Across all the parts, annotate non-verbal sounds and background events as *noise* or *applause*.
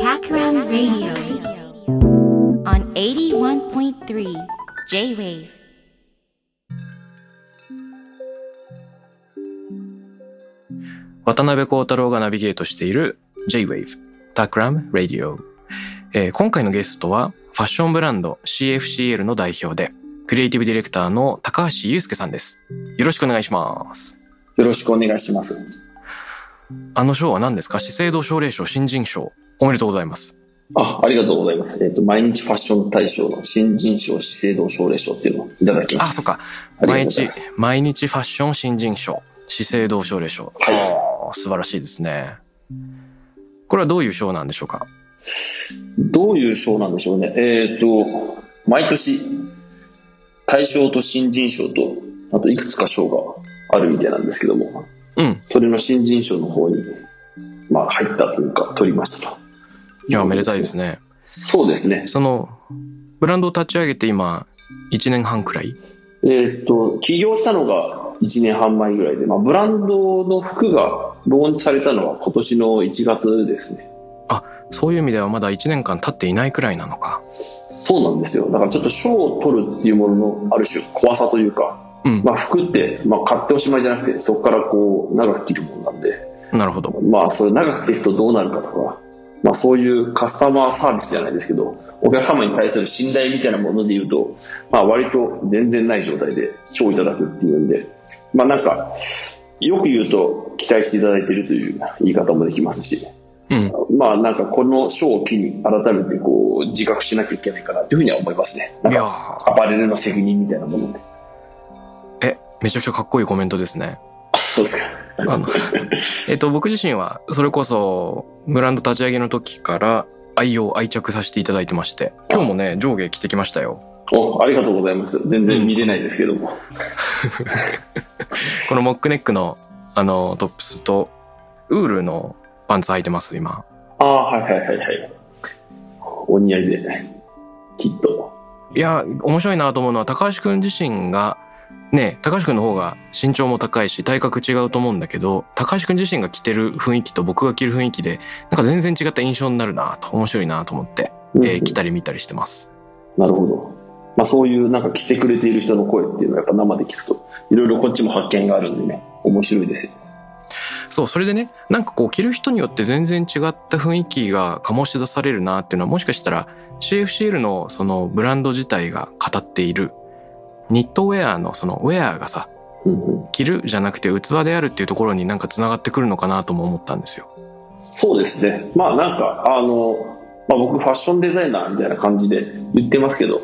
タクラン Radio on 81.3 J-Wave 渡辺幸太郎がナビゲートしている J-Wave タクラム Radio、えー今回のゲストはファッションブランド CFCL の代表でクリエイティブディレクターの高橋祐介さんですよろしくお願いしますよろしくお願いします。あの賞は何ですか資生堂奨励賞新人賞おめでとうございますあ、ありがとうございます。えっ、と、毎日ファッション大賞の新人賞、資生堂奨励賞っていうのをいただきまあしそっかた。あ毎りがとう日ございます毎日ファッション新人賞資生堂奨励賞、はいあー素晴らしいですねこれはどういう賞なんでしょうかどういう賞なんでしょうね。えっ、と、毎年、大賞と新人賞と、あといくつか賞があるみたいなんですけども、うんそれの新人賞の方に、まあ、入ったというか、取りましたと。いやめでたいですね。ねそうですね。そのブランドを立ち上げて今1年半くらいえーっと、起業したのが1年半前ぐらいで、まあ、ブランドの服がローンチされたのは今年の1月ですね。そういう意味ではまだ1年間経っていないくらいなのかそうなんですよ。だからちょっと賞を取るっていうもののある種怖さというか、うん、まあ、服って、まあ、買っておしまいじゃなくて、そこからこう長く着るものなんで、なるほどまあ、それ長く着ていくとどうなるかとか、まあ、そういうカスタマーサービスじゃないですけど、お客様に対する信頼みたいなもので言うと、まあ、割と全然ない状態で賞をいただくっていうんで、まあ、なんか、よく言うと期待していただいているという言い方もできますし、うんまあ、なんかこの賞を機に改めてこう自覚しなきゃいけないかなというふうには思いますね。なんいかやーアパレルの責任みたいなもので。えめちゃくちゃかっこいいコメントですねそうですか。あ *laughs* のえっと僕自身はそれこそブランド立ち上げの時から愛用愛着させていただいてまして今日もね上下着てきましたよお、ありがとうございます。全然見れないですけども。このモックネックのあのトップスとウールのパンツ履いてます今ああ、はいはいはいはい。お似合いで、きっと。いや面白いなと思うのは高橋君自身がね高橋君の方が身長も高いし体格違うと思うんだけど高橋君自身が着てる雰囲気と僕が着る雰囲気でなんか全然違った印象になるなと面白いなと思って、えー着たり見たりしてます。なるほど。まあそういうなんか来てくれている人の声っていうのはやっぱ生で聞くと、いろいろこっちも発見があるんでね、面白いですよ。そうそれでねなんかこう着る人によって全然違った雰囲気が醸し出されるなっていうのはもしかしたら CFCL のそのブランド自体が語っているニットウェアのそのウェアがさうんうん、着るじゃなくて器であるっていうところになんかつながってくるのかなとも思ったんですよ。そうですね。まあなんか、あの、まあ僕ファッションデザイナーみたいな感じで言ってますけど、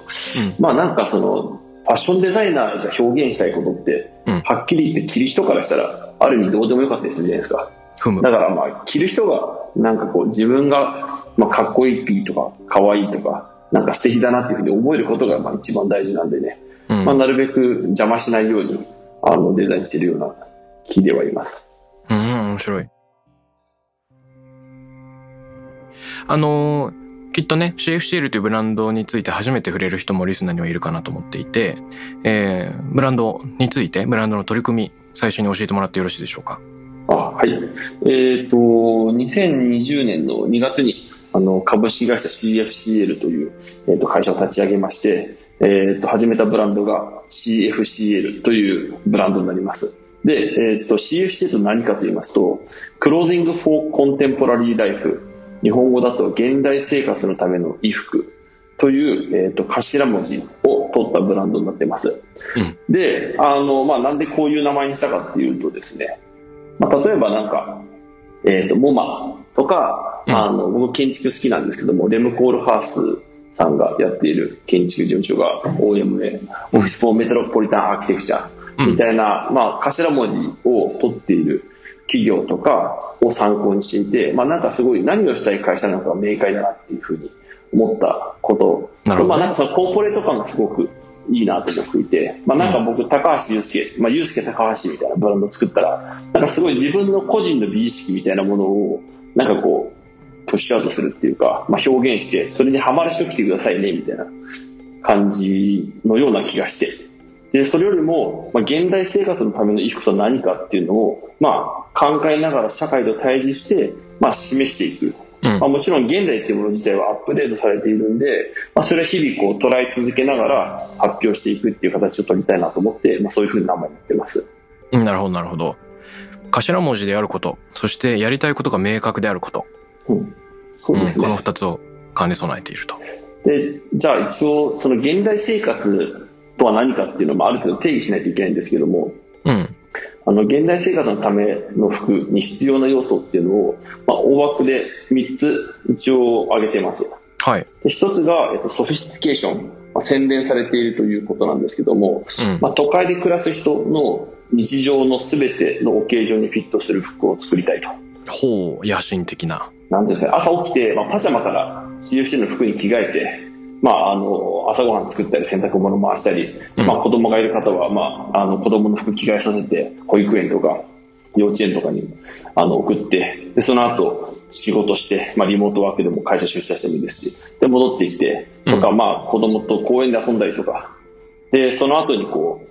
まあなんかその、ファッションデザイナーが表現したいことって、うんはっきり言って着る人からしたら、ある意味どうでもよかったりするじゃないですか。ふむ。だからまあ着る人がなんかこう自分がまあかっこいいとか可愛いとかなんか素敵だなっていうふうに思えることがまあ一番大事なんでね、うんまあ、なるべく邪魔しないようにあのデザインしてるような気ではいます。うん、面白い。あのーきっとね、CFCL というブランドについて初めて触れる人もリスナーにはいるかなと思っていて、えーブランドについて、ブランドの取り組み、最初に教えてもらってよろしいでしょうか。あはい、えっと2020年の2月にあの株式会社 CFCL という、えー、と会社を立ち上げまして、えー、と始めたブランドが CFCL というブランドになります。で、えー、と CFCL と何かと言いますと、クロージング・フォー・コンテンポラリー・ライフ、日本語だと現代生活のための衣服という、えー、と頭文字を取ったブランドになってます。で、あの、まあ、なんでこういう名前にしたかっていうとですね、まあ、例えばなんか、えっ、と、モマとか、は、うんあの、僕建築好きなんですけども、レムコールハウスさんがやっている建築事務所が OMA、うんオックスフォーメトロポリタンアーキテクチャうんみたいな、まあ、頭文字を取っている企業とかを参考にしていて、まあ、なんかすごい何をしたい会社なのか明快だなっていうふうに思ったこと。なるほどまあ、なんかそのコーポレート感がすごくいいなと思っていて、まあ、なんか僕、高橋祐介、まあ、祐介高橋みたいなブランドを作ったら、なんかすごい自分の個人の美意識みたいなものを、なんかこう、プッシュアウトするっていうか、まあ、表現して、それにハマる人来てくださいね、みたいな感じのような気がして。で、それよりも、まあ、現代生活のための衣服とは何かっていうのを、まあ、考えながら社会と対峙して、まあ、示していく。うんまあ、もちろん現代っていうもの自体はアップデートされているんで、まあ、それは日々こう捉え続けながら発表していくっていう形を取りたいなと思って、まあ、そういうふうに名前に言ってます。うんなるほど、なるほど。頭文字であること、そしてやりたいことが明確であること、うん、そううでんすこね。の二つを兼ね備えていると。でじゃあ一応その現代生活とは何かっていうのもある程度定義しないといけないんですけどもうん。あの現代生活のための服に必要な要素っていうのを、まあ、大枠で3つ一応挙げてますはい。で1つが、えっと、ソフィスティケーション、まあ、洗練されているということなんですけども、うん。まあ、都会で暮らす人の日常の全てのオケージョンにフィットする服を作りたいとほう、野心的な。なんですかね、朝起きて、まあ、パジャマから CFC の服に着替えて、まあ、あの朝ごはん作ったり洗濯物回したり、うんまあ、子供がいる方は、まあ、あの子供の服着替えさせて保育園とか幼稚園とかにあの送ってでその後仕事して、まあ、リモートワークでも会社出社してもいいですしで戻ってきてとか、まあ、子供と公園で遊んだりとかでその後にこう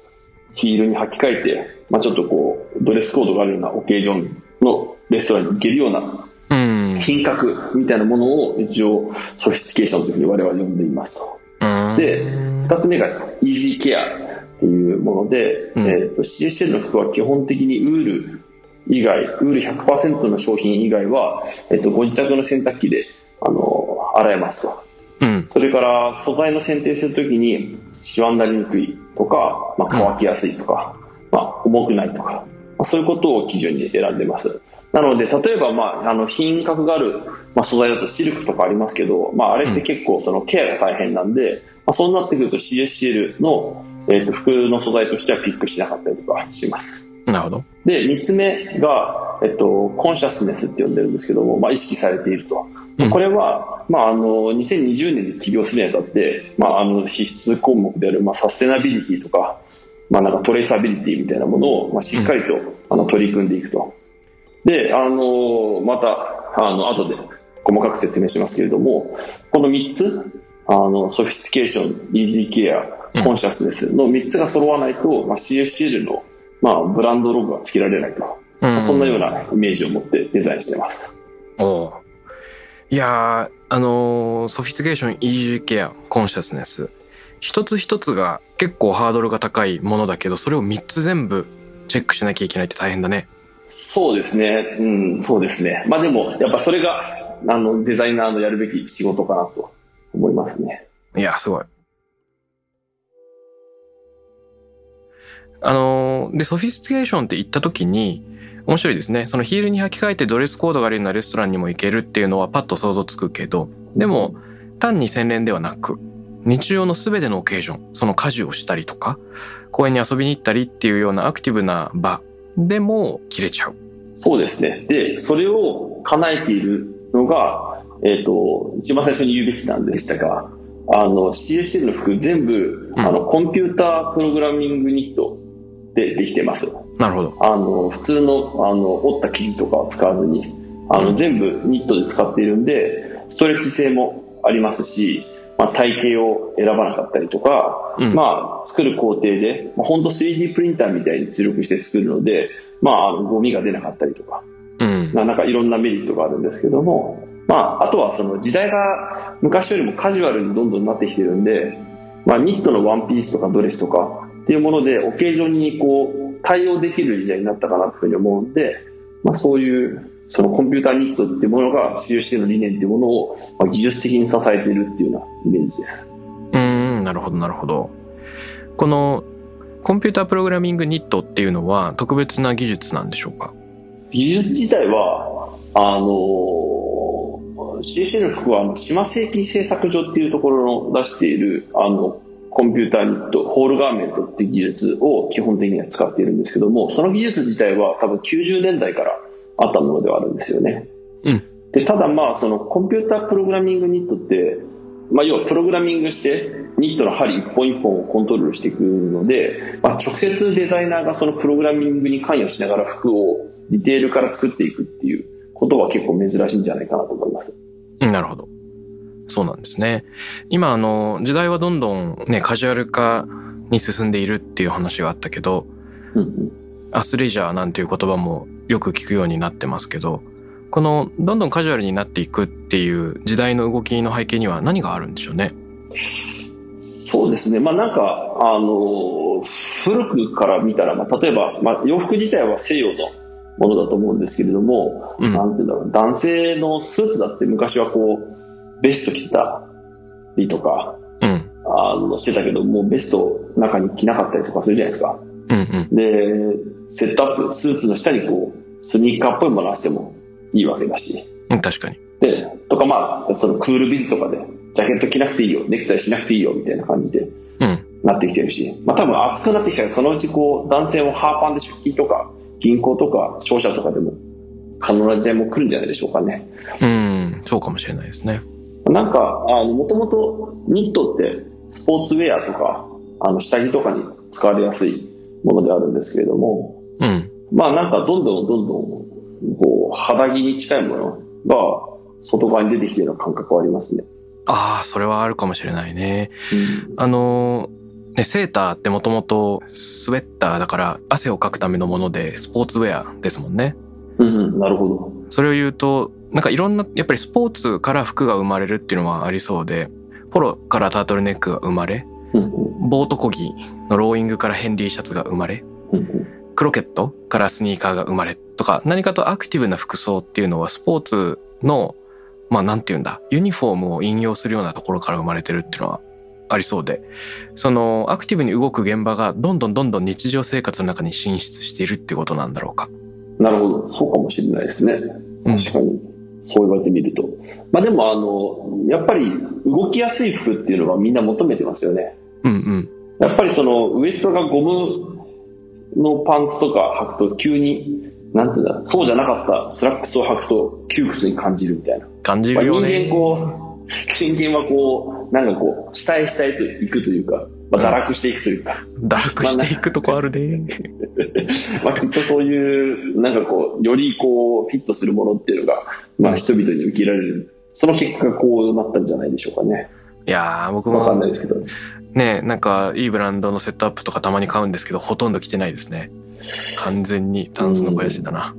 ヒールに履き替えて、まあ、ちょっとこうドレスコードがあるようなオケージョンのレストランに行けるようなうん。う品格みたいなものを一応ソフィスティケーションというふうに我々は呼んでいますと。ーんで、2つ目がイージーケアっていうもので、うんえー、と CSL の服は基本的にウール以外、ウール100%の商品以外は、えっとご自宅の洗濯機であの洗えますと。うん。それから素材の選定するときにシワになりにくいとか、まあ、乾きやすいとか、まあ、重くないとか、まあ、そういうことを基準に選んでますなので例えば、まあ、あの品格がある、まあ、素材だとシルクとかありますけど、まあ、あれって結構そのケアが大変なんで、まあ、そうなってくると CSCL の、えーと服の素材としてはピックしなかったりとかしますなるほど。で3つ目が、えっと、コンシャスネスって呼んでるんですけども、まあ、意識されているとうんこれは、まあ、あの2020年で起業するにあたって、まあ、あの必須項目である、まあ、サステナビリティとか,、まあ、なんかトレーサビリティみたいなものを、まあ、しっかりと、あの取り組んでいくとであのまたあの後で細かく説明しますけれどもこの3つあのソフィスティケーション、イージーケうんア、コンシャスネスの3つが揃わないと、まあ、CFCL の、まあ、ブランドロゴがつけられないと、うんそんなようなイメージを持ってデザインしてます。おういやーあのーソフィスティケーションイージーケアコンシャスネス一つ一つが結構ハードルが高いものだけどそれを3つ全部チェックしなきゃいけないって大変だねそうですね、うん、そうですね。まあでも、やっぱそれが、あの、デザイナーのやるべき仕事かなと思いますね。いやすごいあのーでソフィスティケーションって言った時に面白いですねそのヒールに履き替えてドレスコードがあるようなレストランにも行けるっていうのはパッと想像つくけどでも、単に洗練ではなく日常の全てのオケージョンその家事をしたりとか公園に遊びに行ったりっていうようなアクティブな場でも切れちゃう。そうですね。で、それを叶えているのが、えっ、と、一番最初に言うべきなんでしたが、あの、CSL の服全部、うんあの、コンピュータープログラミングニットでできてます。なるほど。あの、普通の、あの、折った生地とかは使わずに、あの、全部ニットで使っているんで、ストレッチ性もありますし、まあ、体型を選ばなかったりとか、うんまあ、作る工程で、まあ、ほんと 3D プリンターみたいに出力して作るので、まあ、あのゴミが出なかったりとか、うん。まあなんかいろんなメリットがあるんですけども、まあ、あとはその時代が昔よりもカジュアルにどんどんなってきてるんで、まあ、ニットのワンピースとかドレスとかっていうもので、オケージョンにこう対応できる時代になったかなというふうに思うんで、まあ、そういうそのコンピューターニットっていうものが CUC の理念っていうものをまあ技術的に支えているっていうようなイメージです。うん、なるほど、なるほど。このコンピュータープログラミングニットっていうのは特別な技術なんでしょうか技術自体は、あのーの、CFC の服は、あの、島世紀製作所っていうところの出している、あの、コンピューターニット、ホールガーメントっていう技術を基本的には使っているんですけども、その技術自体は多分90年代からあったものではあるんですよね。うんで、ただまあ、そのコンピュータープログラミングニットって、まあ、要はプログラミングして、ニットの針一本一本をコントロールしていくので、まあ、直接デザイナーがそのプログラミングに関与しながら服をディテールから作っていくっていうことは結構珍しいんじゃないかなと思います。うんなるほど。そうなんですね。今、あの、時代はどんどんね、カジュアル化に進んでいるっていう話があったけど、うんうんアスレジャーなんていう言葉もよく聞くようになってますけど、このどんどんカジュアルになっていくっていう時代の動きの背景には何があるんでしょうね。そうですね。まあなんか、あの、古くから見たら、まあ例えば、まあ洋服自体は西洋のものだと思うんですけれども、うんなんていうんだろう、男性のスーツだって昔はこう、ベスト着てたりとか、うん。あの、してたけど、もうベスト中に着なかったりとかするじゃないですか。うんうん。で、セットアップ、スーツの下にこう、スニーカーっぽいものをしてもいいわけだし。うん、確かに。で、とかまあ、そのクールビズとかで、ジャケット着なくていいよ、ネクタイしなくていいよ、みたいな感じでうん。なってきてるし、まあ多分暑くなってきたら、そのうちこう、男性もハーパンで出勤とか、銀行とか、商社とかでも、可能な時代も来るんじゃないでしょうかね。うん、そうかもしれないですね。なんか、あの、もともとニットってスポーツウェアとか、あの、下着とかに使われやすいものであるんですけれども、うん。まあなんかどんどんどんどん、こう、肌着に近いものが外側に出てきてるような感覚はありますね。ああ、それはあるかもしれないね。あのーね、セーターってもともとスウェッターだから汗をかくためのものでスポーツウェアですもんね。うん、うん、なるほど。それを言うと、なんかいろんな、やっぱりスポーツから服が生まれるっていうのはありそうで、ポロからタートルネックが生まれ、うん、うんボートコギのローイングからヘンリーシャツが生まれ、うんうん、クロケットからスニーカーが生まれとか、何かとアクティブな服装っていうのはスポーツの、まあなんて言うんだ、ユニフォームを引用するようなところから生まれてるっていうのはありそうで、そのアクティブに動く現場がどんどんどんどん日常生活の中に進出しているってことなんだろうか。なるほど。そうかもしれないですね。うん確かに。そう言われてみると。まあでも、あの、やっぱり動きやすい服っていうのはみんな求めてますよね。うんうん。やっぱりそのウエストがゴムのパンツとか履くと急に、なんていうんだ、そうじゃなかったスラックスを履くと窮屈に感じるみたいな。感じまあるよ人間ね。こう、人間はこう、なんかこう、下へ下へと行くというか、まあ、堕落していくとい *laughs* うか、堕落していくとこあるね。まあきっとそういう、なんかこう、よりこう、フィットするものっていうのが、まあ人々に受け入れられる。その結果がこうなったんじゃないでしょうかね。いやー、僕わかんもないですけど。ね、なんかいいブランドのセットアップとかたまに買うんですけど、ほとんど着てないですね。完全にタンスの肥やしだな。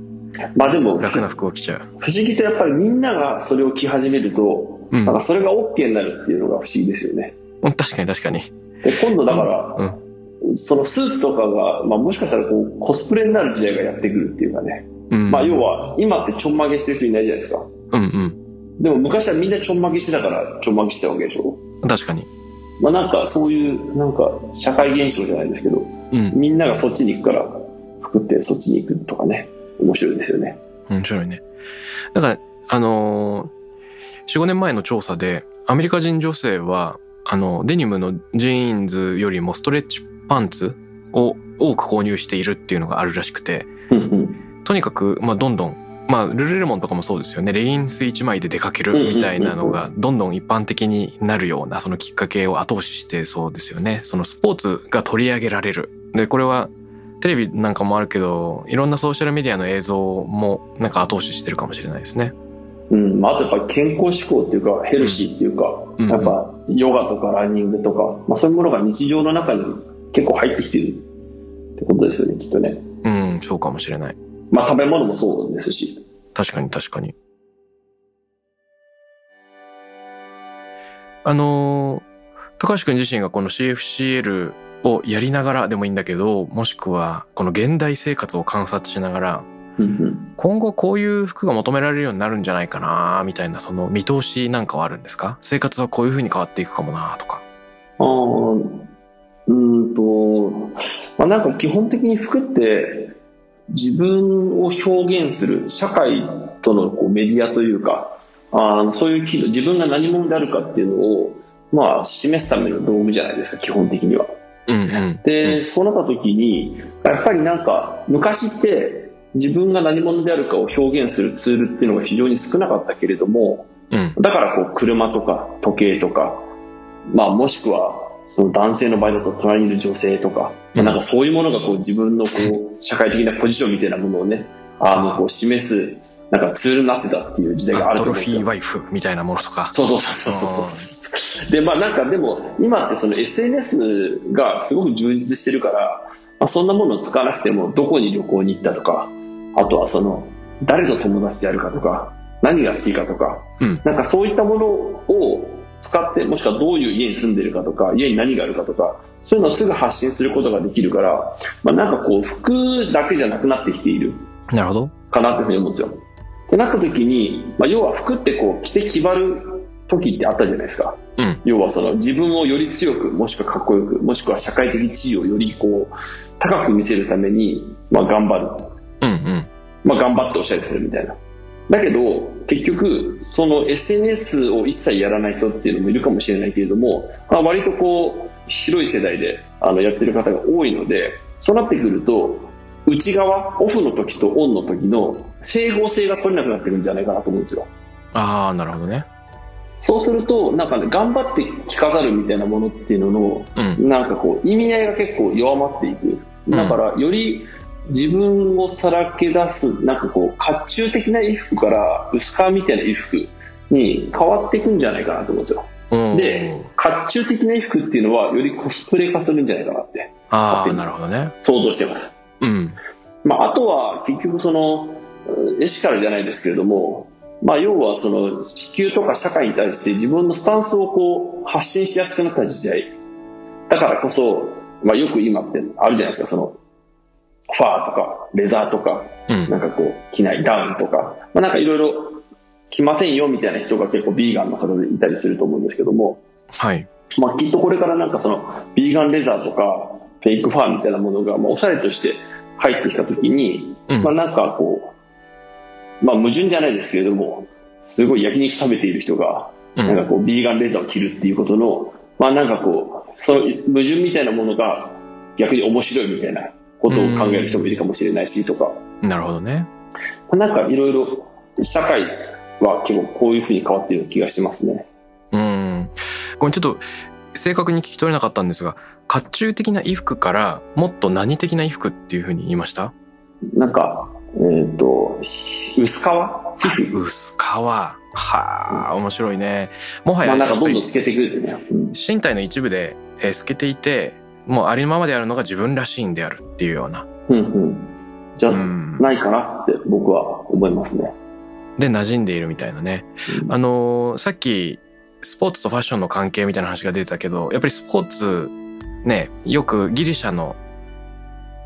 まあでも、楽な服を着ちゃう。不思議とやっぱりみんながそれを着始めると、うんなんかそれが OK になるっていうのが不思議ですよね。うん確かに確かに。で今度だから、うそのスーツとかが、まあ、もしかしたらこうコスプレになる時代がやってくるっていうかね、うん。まあ、要は今ってちょんまげしてる人いないじゃないですかうんうん。でも昔はみんなちょんまげしてたからちょんまげしてたわけでしょ、確かに。まあ、なんかそういうなんか社会現象じゃないですけどうん。みんながそっちに行くから服ってそっちに行くとかね面白いですよね面白いね。だから、あのー、4、5年前の調査で、アメリカ人女性は、あの、デニムのジーンズよりもストレッチパンツを多く購入しているっていうのがあるらしくて、うんうんとにかく、まあ、どんどん、まあ、ルルレモンとかもそうですよね。レインス1枚で出かけるみたいなのが、どんどん一般的になるような、そのきっかけを後押ししてそうですよね。そのスポーツが取り上げられる。で、これは、テレビなんかもあるけど、いろんなソーシャルメディアの映像も、なんか後押ししてるかもしれないですね。うんまあ、あとやっぱ健康志向っていうかヘルシーっていうか、うんやっぱヨガとかランニングとか、まあ、そういうものが日常の中に結構入ってきてるってことですよねきっとね、うん、そうかもしれない。まあ、食べ物もそうですし確かに確かに。あのー高橋くん自身がこの CFCL をやりながらでもいいんだけど、もしくはこの現代生活を観察しながら、うん今後こういう服が求められるようになるんじゃないかなみたいなその見通しなんかはあるんですか生活はこういう風に変わっていくかもなとか。うんあーうーんと、まあ、なんか基本的に服って自分を表現する社会とのこうメディアというかあのそういう機能自分が何者であるかっていうのを、まあ、示すための道具じゃないですか基本的には。うんうん。で、そうなった時にやっぱりなんか昔って自分が何者であるかを表現するツールっていうのが非常に少なかったけれどもうん。だからこう車とか時計とか、まあ、もしくはその男性の場合だと隣にいる女性とか、まあなんかそういうものがこう自分のこう社会的なポジションみたいなものをねあのこう示すなんかツールになってたっていう時代があるとト思ロうんフですィよーワイフみたいなものとか。そうそうそうそうそうそう。で、まあなんかでも、今ってその SNS がすごく充実してるから、まあ、そんなものを使わなくても、どこに旅行に行ったとか、あとはその、誰と友達であるかとか、何が好きかとか、うんなんかそういったものを使って、もしくはどういう家に住んでるかとか、家に何があるかとか、そういうのをすぐ発信することができるから、まあなんかこう、服だけじゃなくなってきている。なるほど。かなっていうふうに思うんですよ。ってなった時に、まあ、要は服ってこう着て決まる時ってあったじゃないですか。うん要はその自分をより強く、もしくはかっこよく、もしくは社会的地位をよりこう高く見せるために、まあ、頑張る。うんうん。まあ、頑張っておしゃれするみたいな。だけど、結局、その SNS を一切やらない人っていうのもいるかもしれないけれども、まあ、割とこう、広い世代であのやってる方が多いので、そうなってくると、内側、オフの時とオンの時の整合性が取れなくなってくるんじゃないかなと思うんですよ。ああ、なるほどね。そうすると、なんかね、頑張って着飾るみたいなものっていうのの、うん。なんかこう意味合いが結構弱まっていくだからより自分をさらけ出すなんかこう甲冑的な衣服から薄皮みたいな衣服に変わっていくんじゃないかなと思うんですようんで甲冑的な衣服っていうのはよりコスプレ化するんじゃないかなってああ、なるほどね。想像してます、うん。まあ、あとは結局そのうんエシカルじゃないですけれどもまあ、要はその地球とか社会に対して自分のスタンスをこう発信しやすくなった時代だからこそ、まあ、よく今ってあるじゃないですか、その、ファーとか、レザーとか、うんなんかこう、着ないダウンとか、まあ、なんかいろいろ着ませんよみたいな人が結構ビーガンの方でいたりすると思うんですけども、はい。まあ、きっとこれからなんかその、ビーガンレザーとか、フェイクファーみたいなものが、まあ、おしゃれとして入ってきたときに、うんまあ、なんかこう、まあ、矛盾じゃないですけれども、すごい焼肉食べている人が、うなん。んかこう、ビーガンレザーを着るっていうことの、まあなんかこう、その矛盾みたいなものが逆に面白いみたいなことを考える人もいるかもしれないしとか、なるほどね。なんかいろいろ社会は結構こういうふうに変わっている気がしますね。うん。これちょっと正確に聞き取れなかったんですが、甲冑的な衣服からもっと何的な衣服っていうふうに言いましたなんか、えっ、と、薄皮皮膚薄皮。はあ、面白いね。もはまやあやなっんぱかどんどんりつけていくるね。うん身体の一部で、えー透けていて、もうありのままであるのが自分らしいんであるっていうような。うんうん。じゃうんないかなって僕は思いますね。で、馴染んでいるみたいなね。うんあのーさっき、スポーツとファッションの関係みたいな話が出てたけど、やっぱりスポーツ、ね、よくギリシャの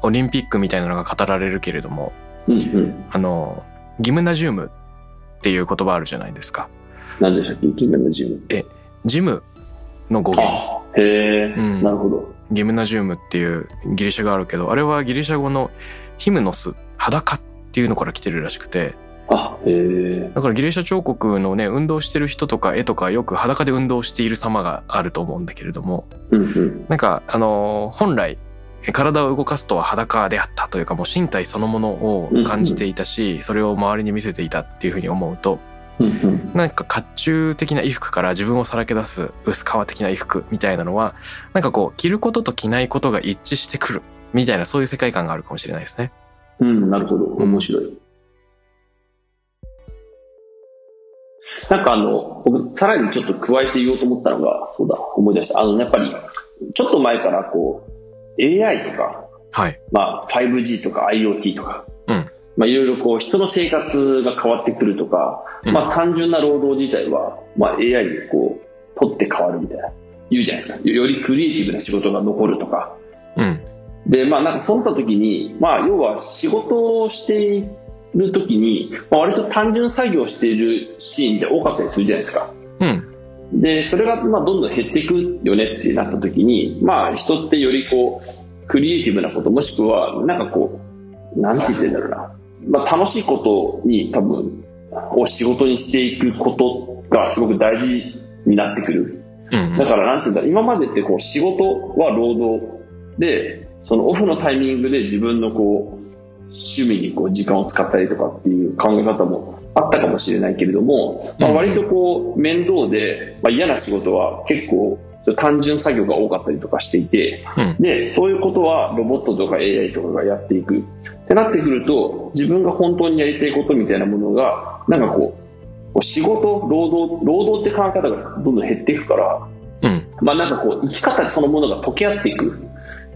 オリンピックみたいなのが語られるけれども、うんうん。あのーギムナジウムっていう言葉あるじゃないですか。なんでしたっけ金メのジム。ジムの語源。あ、へえ、うんなるほど。ギムナジウムっていうギリシャがあるけど、あれはギリシャ語のヒムノス、裸っていうのから来てるらしくて、あ、へえ。だからギリシャ彫刻のね、運動してる人とか絵とかよく裸で運動している様があると思うんだけれども、うんうん。なんか、あのー本来、体を動かすとは裸であったというか、もう身体そのものを感じていたし、それを周りに見せていたっていうふうに思うと、うんうんなんか甲冑的な衣服から自分をさらけ出す薄皮的な衣服みたいなのは、なんかこう、着ることと着ないことが一致してくるみたいなそういう世界観があるかもしれないですね。うん、なるほど。面白い。なんかあの、僕、さらにちょっと加えて言おうと思ったのが、そうだ、思い出した。あの、やっぱり、ちょっと前からこう、AI とか、はい。まあ、5G とか IoT とか、うんまあ、いろいろこう、人の生活が変わってくるとか、うんまあ、単純な労働自体は、まあ、AI にこう、取って変わるみたいな、言うじゃないですか。よよりクリエイティブな仕事が残るとか、うん。で、まあなんかそうなった時に、まあ要は仕事をしている時に、まあ、割と単純作業しているシーンで多かったりするじゃないですか。うん。で、それがまあどんどん減っていくよねってなった時に、まあ人ってよりこう、クリエイティブなこと、もしくはなんかこう、なんて言ってんだろうな。まあ楽しいことに多分を仕事にしていくことがすごく大事になってくるうんだから、なんていうんだろう、今までってこう、仕事は労働で、そのオフのタイミングで自分のこう、趣味にこう、時間を使ったりとかっていう考え方もあったかもしれないけれども、まあ、うん割とこう、面倒で、まあ、嫌な仕事は結構、それ単純作業が多かったりとかしていて、うんで、そういうことはロボットとか AI とかがやっていく。ってなってくると、自分が本当にやりたいことみたいなものが、なんかこう、こう仕事、労働、労働って考え方がどんどん減っていくから、うん。まあなんかこう、生き方そのものが溶け合っていくよ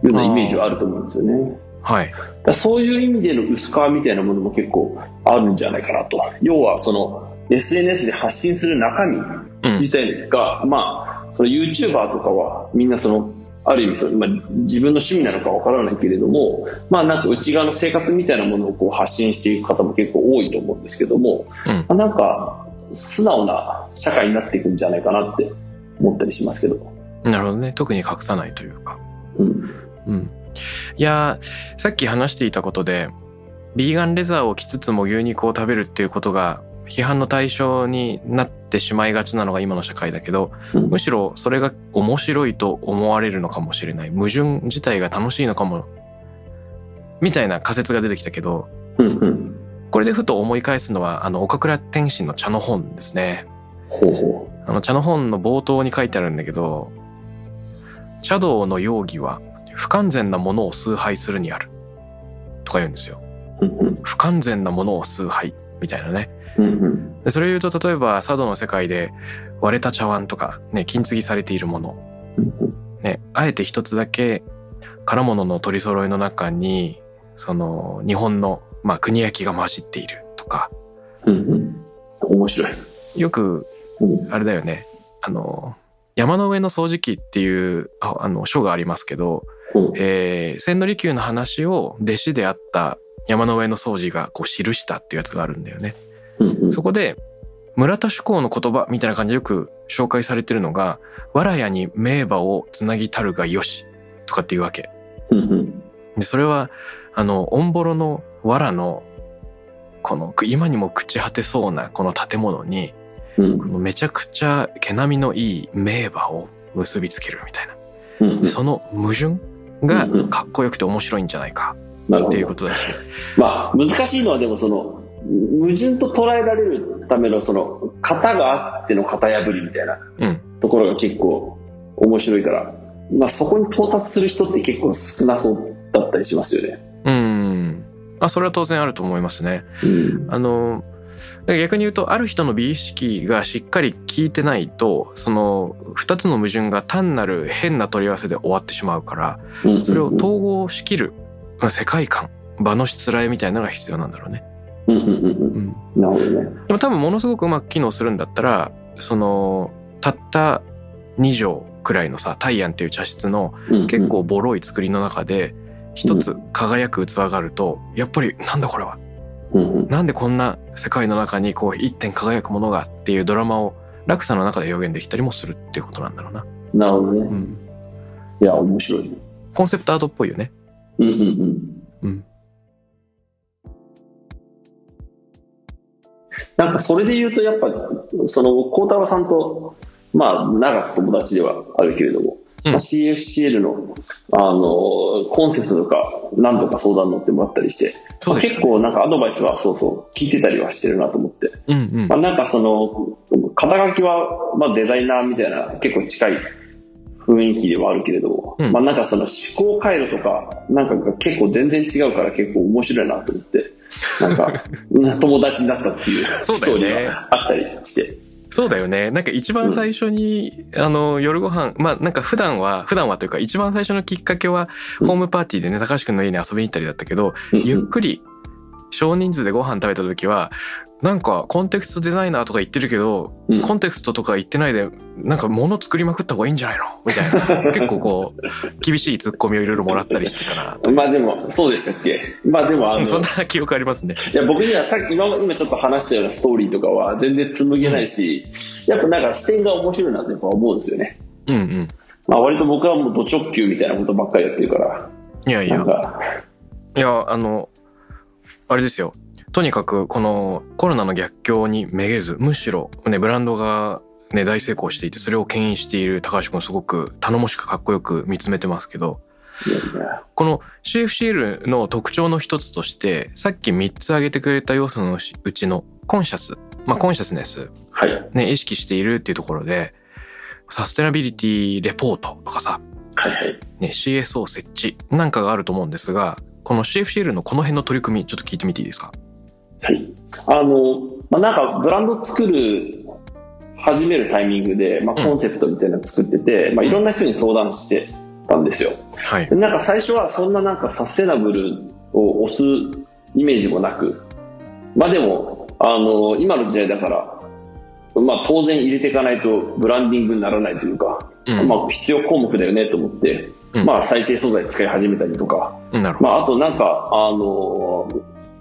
うなイメージはあると思うんですよね。はい。だからそういう意味での薄皮みたいなものも結構あるんじゃないかなと。要はその SNS で発信する中身うん自。体が、まあ、その YouTuber とかはみんなその、ある意味その、まあ、自分の趣味なのかわからないけれども、まあなんか内側の生活みたいなものをこう発信していく方も結構多いと思うんですけども、うん。まあなんか素直な社会になっていくんじゃないかなって思ったりしますけど。なるほどね。特に隠さないというか。うんうん。いやー、さっき話していたことで、ビーガンレザーを着つつも牛肉を食べるっていうことが批判の対象になってしまいがちなのが今の社会だけど、うんむしろそれが面白いと思われるのかもしれない。矛盾自体が楽しいのかも。みたいな仮説が出てきたけど、うんうん。これでふと思い返すのは、あの、岡倉天心の茶の本ですね。ほうほあの、茶の本の冒頭に書いてあるんだけど、茶道の容疑は不完全なものを崇拝するにある。とか言うんですよ。う。うんうん。不完全なものを崇拝。みたいなね。うんうん。でそれを言うと、例えば、茶道の世界で割れた茶碗とか、ね、金継ぎされているもの。ね、あえて一つだけ、唐物の取り揃えの中に、その、日本の、まあ、国焼きが混じっているとか、うんうん。面白い。よくうん。あれだよね。あの、山の上の掃除機っていう、ああの、書がありますけど、うんえー、千利休の話を弟子であった山の上の掃除がこう記したっていうやつがあるんだよね。うんうん。そこで、村田主公の言葉みたいな感じでよく紹介されてるのが、藁屋に名馬をつなぎたるがよし、とかっていうわけ。うんうん。で、それは、あの、オンボロの藁の、この、今にも朽ち果てそうなこの建物に、うんこのめちゃくちゃ毛並みのいい名馬を結びつけるみたいな。うんで、その矛盾がかっこよくて面白いんじゃないかなるっほていうどこ。とだし。まあ、難しいのはでもその、矛盾と捉えられるためのその、型があっての型破りみたいなうん。ところが結構面白いから、まあそこに到達する人って結構少なそうだったりしますよね。うん。あ、それは当然あると思いますね。うん。あの、だから逆に言うと、ある人の美意識がしっかり効いてないと、その二つの矛盾が単なる変な取り合わせで終わってしまうから、うんそれを統合しきるまあ世界観、場のしつらえみたいなのが必要なんだろうね。うんうんううんん。うん。なるほどね。でも多分ものすごくうまく機能するんだったら、その、たった2畳くらいのさ、タイアンっていう茶室のうんうん結構ボロい作りの中で、一つ輝く器があると、やっぱりなんだこれはうんうん。なんでこんな世界の中にこう一点輝くものがっていうドラマを落差の中で表現できたりもするっていうことなんだろうな。なるほどうね。ん。いや、面白い。コンセプトアートっぽいよね。うんうんうん。うん。なんかそれで言うと、やっぱ、その、孝太郎さんと、まあ、長く友達ではあるけれども、うんまあ CFCL の、あの、コンセプトとか、何度か相談乗ってもらったりして、そうでし結た、ね。構なんかアドバイスは、そうそう、聞いてたりはしてるなと思って。うんうんまあ、。なんかその、肩書きは、まあ、デザイナーみたいな、結構近い雰囲気ではあるけれども、うんまあ、なんかその思考回路とか、なんかが結構全然違うから結構面白いなと思って、なん *laughs* か、うん友達になったっていうそうスだよトーねリーがあったりして。そうだよね。なんか一番最初に、あの、夜ご飯、まあなんか普段は、普段はというか一番最初のきっかけは、うんホームパーティーでね、高橋くんの家に遊びに行ったりだったけど、うんゆっくり少人数でご飯食べた時は、なんかコンテクストデザイナーとか言ってるけど、うんコンテクストとか言ってないで、なんか物作りまくった方がいいんじゃないのみたい *laughs* な。結構こう、厳しいツッコミをいろいろもらったりしてたな。まあでも、そうでしたっけまあでも、あうの、んそんいな記憶ありますね。や僕にはさっき、今、今ちょっと話したようなストーリーとかは全然紡げないし、やっぱなんか視点が面白いなってやっぱ思うんですよね。うんうん。まあ割と僕はもうド直球みたいなことばっかりやってるから、いやいなやん。か、いや、あの、あれですよ。とにかくこのコロナの逆境にめげず、むしろね、ブランドがね、大成功していて、それを牽引している高橋くんすごく頼もしくかっこよく見つめてますけど、この CFCL の特徴の一つとして、さっき3つ挙げてくれた要素のうちのコンシャス、まあコンシャスネス、はい。ね、意識しているっていうところで、サステナビリティレポートとかさ、はいはい。ね、CSO 設置なんかがあると思うんですが、この CFCL のこの辺の取り組み、ちょっと聞いてみていいですかはい。あの、まあ、なんかブランド作る、始めるタイミングで、まあ、うんコンセプトみたいなの作ってて、まあ、いろんな人に相談してたんですよ。はい。でなんか最初はそんななんかサステナブルを推すイメージもなく、まあでも、あの、今の時代だから、まあ当然入れていかないとブランディングにならないというか、うんまあ必要項目だよねと思って、うんまあ再生素材使い始めたりとか、なるほまああとなんか、あの、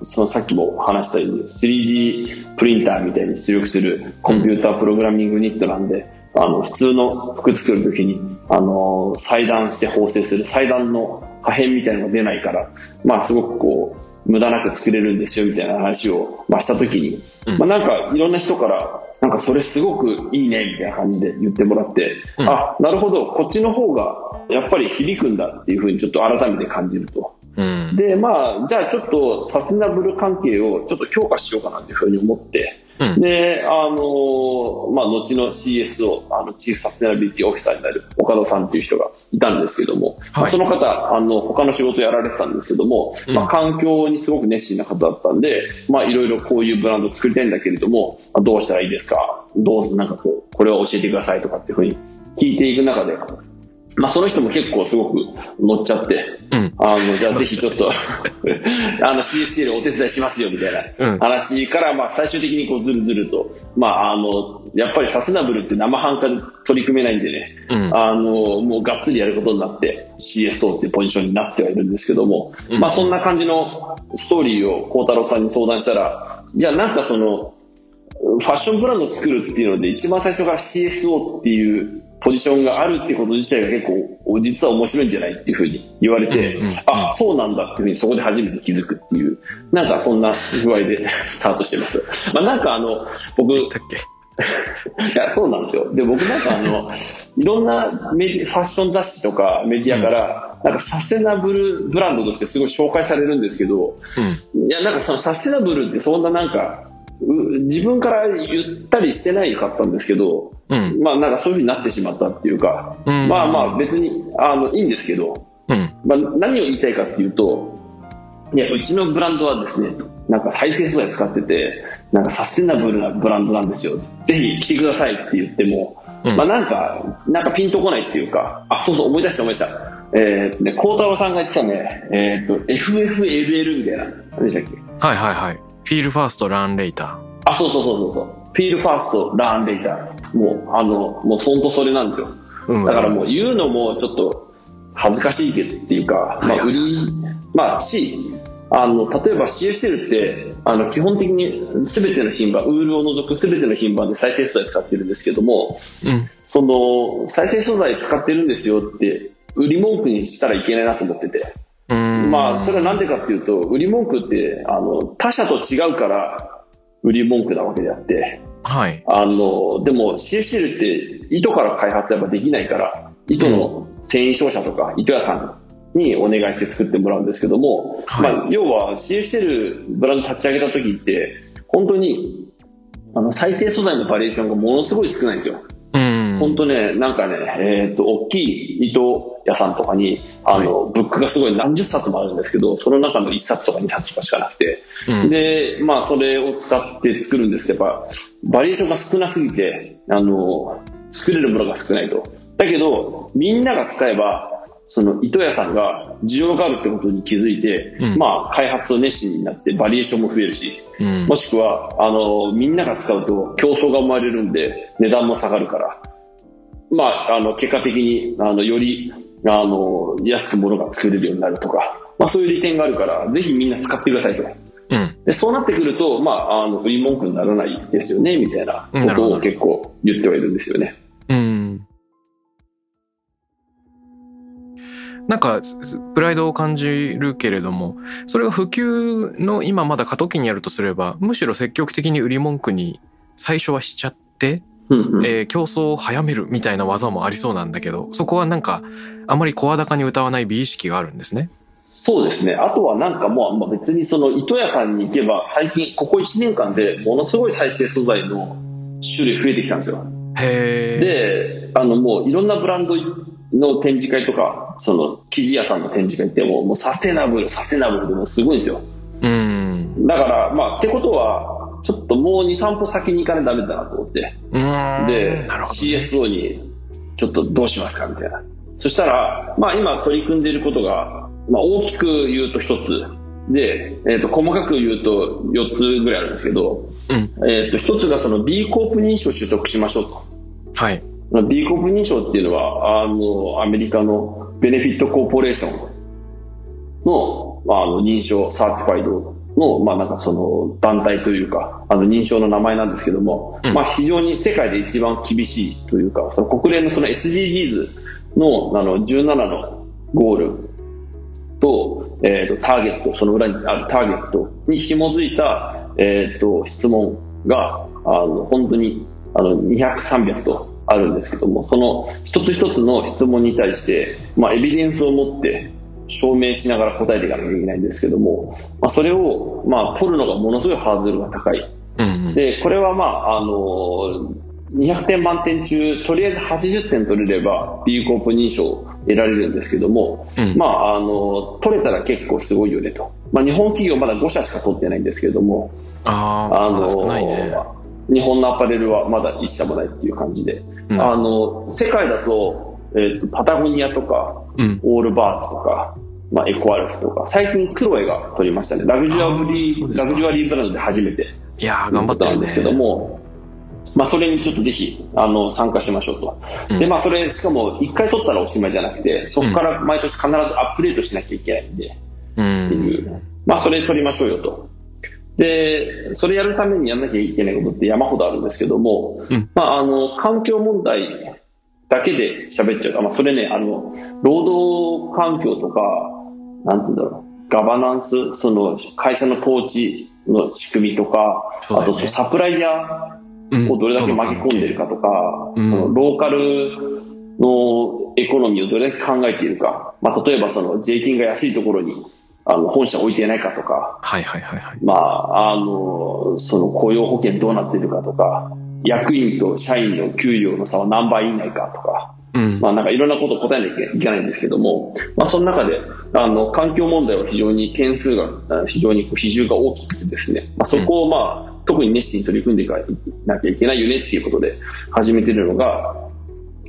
そのさっきも話したように 3D プリンターみたいに出力するコンピュータープログラミングユニットなんで、あの普通の服作るときに、あの、裁断して縫製する裁断の破片みたいなのが出ないから、まあすごくこう、無駄なく作れるんですよみたいな話を、まあ、したときに、うんまあなんかいろんな人から、なんかそれすごくいいねみたいな感じで言ってもらって、うんあ、なるほど、こっちの方がやっぱり響くんだっていうふうにちょっと改めて感じると。ど。うん。で、まあ、じゃあちょっとサステナブル関係をちょっと強化しようかなというふうに思って、うんで、あのまあ、後の CSO、あの、チーフサステナビリティオフィサーになる岡田さんという人がいたんですけども、まあその方、あの、他の仕事をやられてたんですけども、うんまあ、環境にすごく熱心な方だったんで、まあ、いろいろこういうブランドを作りたいんだけれども、まあどうしたらいいですかどう、なんかこう、これを教えてくださいとかっていうふうに聞いていく中で、まあ、その人も結構すごく乗っちゃって、うん。あの、じゃあぜひちょっ *laughs* と、あの CSCL お手伝いしますよみたいなうん。話から、まあ最終的にこうずるずると、まああの、やっぱりサステナブルって生半可に取り組めないんでね、うん。あの、もうがっつりやることになって CSO っていうポジションになってはいるんですけども、うんまあそんな感じのストーリーを孝太郎さんに相談したら、いやなんかその、ファッションブランドを作るっていうので一番最初から CSO っていうポジションがあるってこと自体が結構実は面白いんじゃないっていうふうに言われて、うんうんうんあそうなんだっていうふうにそこで初めて気づくっていうなんかそんな具合でスタートしてます、まあ、なんかあの僕いだっけやそうなんですよで僕なんかあの *laughs* いろんなメディファッション雑誌とかメディアから、なんかサステナブルブランドとしてすごい紹介されるんですけど、いや、なんかそのサステナブルってそんななんか、う自分から言ったりしてないかったんですけど、うん。うん。まあなんかそういうふうになってしまったっていうか、うんまあまあ別に、あの、いいんですけど、うん。まあ何を言いたいかっていうと、いや、うちのブランドはですね、なんか再生素材使ってて、なんかサステナブルなブランドなんですよ。ぜひ来てくださいって言っても、うんまあなんか、なんかピンとこないっていうか、あ、そうそう、思い出した思い出した。えー、ね、孝太郎さんが言ってたね、えーっと、FFLL みたいな、何でしたっけはいはいはい。フィールファースト、ランレイタあ、そうそうそうそうそう。フィールファースト、ラーンレイター。もう、あの、もう本当それなんですよ。ー。うん。だからもう言うのもちょっと恥ずかしいけどっていうか、まはいあ、売り、まあ、し、あの、例えば CSL って、あの、基本的に全ての品番、ウールを除く全ての品番で再生素材使ってるんですけども、うん。その、再生素材使ってるんですよって、売り文句にしたらいけないなと思ってて。うん。まあ、それはなんでかっていうと、売り文句って、あの、他社と違うから、売り文句なわけであって、はい。あの、でも CSL って糸から開発やっぱできないから、糸の繊維商社とか糸屋さんにお願いして作ってもらうんですけども、はいまあ、要は CSL ブランド立ち上げた時って、本当に、あの、再生素材のバリエーションがものすごい少ないんですよ。うん。本当ね、なんかね、えーっと、大きい糸屋さんとかに、あの、ブックがすごい何十冊もあるんですけど、その中の1冊とか2冊とかしかなくて、うんで、まあ、それを使って作るんですけど、やっぱ、バリエーションが少なすぎて、あの、作れるものが少ないと。だけど、みんなが使えば、その糸屋さんが需要があるってことに気づいて、うんまあ、開発を熱心になって、バリエーションも増えるし、うんもしくは、あの、みんなが使うと競争が生まれるんで、値段も下がるから。まあ、あの、結果的に、あの、より、あの、安く物が作れるようになるとか、まあそういう利点があるから、ぜひみんな使ってくださいと。うん。で、そうなってくると、まあ、あの、売り文句にならないですよね、みたいなうんなこるほとどを結構言ってはいるんですよね。うん。なんか、すプライドを感じるけれども、それが普及の今まだ過渡期にあるとすれば、むしろ積極的に売り文句に最初はしちゃって、うんうんえー競争を早めるみたいな技もありそうなんだけど、そこはなんか、あまり声高に歌わない美意識があるんですね。そうですね。あとはなんかもう、まあ、別にその糸屋さんに行けば、最近、ここ1年間でものすごい再生素材の種類増えてきたんですよ。へで、あのもういろんなブランドの展示会とか、その生地屋さんの展示会ってもうもうサステナブル、サステナブルでもうすごいんですよ。ー。うん。だから、まあ、ってことは、ちょっともう2、3歩先に行かないとダメだなと思って、うーん。で、なるほど。 CSO にちょっとどうしますかみたいな。そしたら、まあ今取り組んでいることが、まあ大きく言うと一つ、で、えっ、と、細かく言うと4つぐらいあるんですけど、うん。えっ、と、一つがその B コープ認証を取得しましょうと。はい。まあ B コープ認証っていうのは、あの、アメリカのベネフィットコーポレーションの、まあ、あの認証、サーティファイドの、まあ、なんかその団体というか、あの認証の名前なんですけども、うんまあ、非常に世界で一番厳しいというか、その国連のその SDGs の、あの、17のゴールと、えっ、と、ターゲット、その裏にあるターゲットに紐づいた、えっ、と、質問が、あの、本当に、あの、200、300とあるんですけども、その一つ一つの質問に対して、まあ、エビデンスを持って証明しながら答えていかなきゃいけないんですけども、まあ、それを、まあ、取るのがものすごいハードルが高い。うんうん。で、これはまあ、あの200点満点中、とりあえず80点取れれば、B コープ認証を得られるんですけども、うんまあ、あの、取れたら結構すごいよねと。まあ、日本企業まだ5社しか取ってないんですけれども、あああ、まのだ少ないね。日本のアパレルはまだ一社もないっていう感じで、うんあの、世界だと、えっ、と、パタゴニアとか、うん。オールバーツとか、まあ、エコアルフとか、最近クロエが取りましたね。ラグジュアリあーそうー、ですラかグジュアリーブランドで初めて。いやー、頑張ってなるんね。ですけども、まあ、それにちょっとぜひあの参加しましょうと、うんでまあ、それしかも1回取ったらおしまいじゃなくて、そこから毎年必ずアップデートしなきゃいけないんで、うっていん。うまあ、それ取りましょうよと。で、それやるためにやんなきゃいけないことって山ほどあるんですけども、うんまあ、あの、環境問題だけで喋っちゃうとまあ、それね、あの、労働環境とか、なんて言うんだろう、ガバナンス、その、会社の統治の仕組みとか、そうだあよとねサプライヤうんーをどれだけ巻き込んでるかとか、うんそのローカルのエコノミーをどれだけ考えているか、まあ、例えばその税金が安いところにあの本社置いていないかとか、はいはいはいはい。まあ、あの、その雇用保険どうなってるかとか、役員と社員の給料の差は何倍以内かとか、うん。まあなんかいろんなことを答えなきゃいけないんですけども、まあその中で、あの、環境問題は非常に点数が、あ非常にこう比重が大きくてですね、まあそこをまあ、特に熱心に取り組んでいかなきゃいけないよねっていうことで始めてるのが、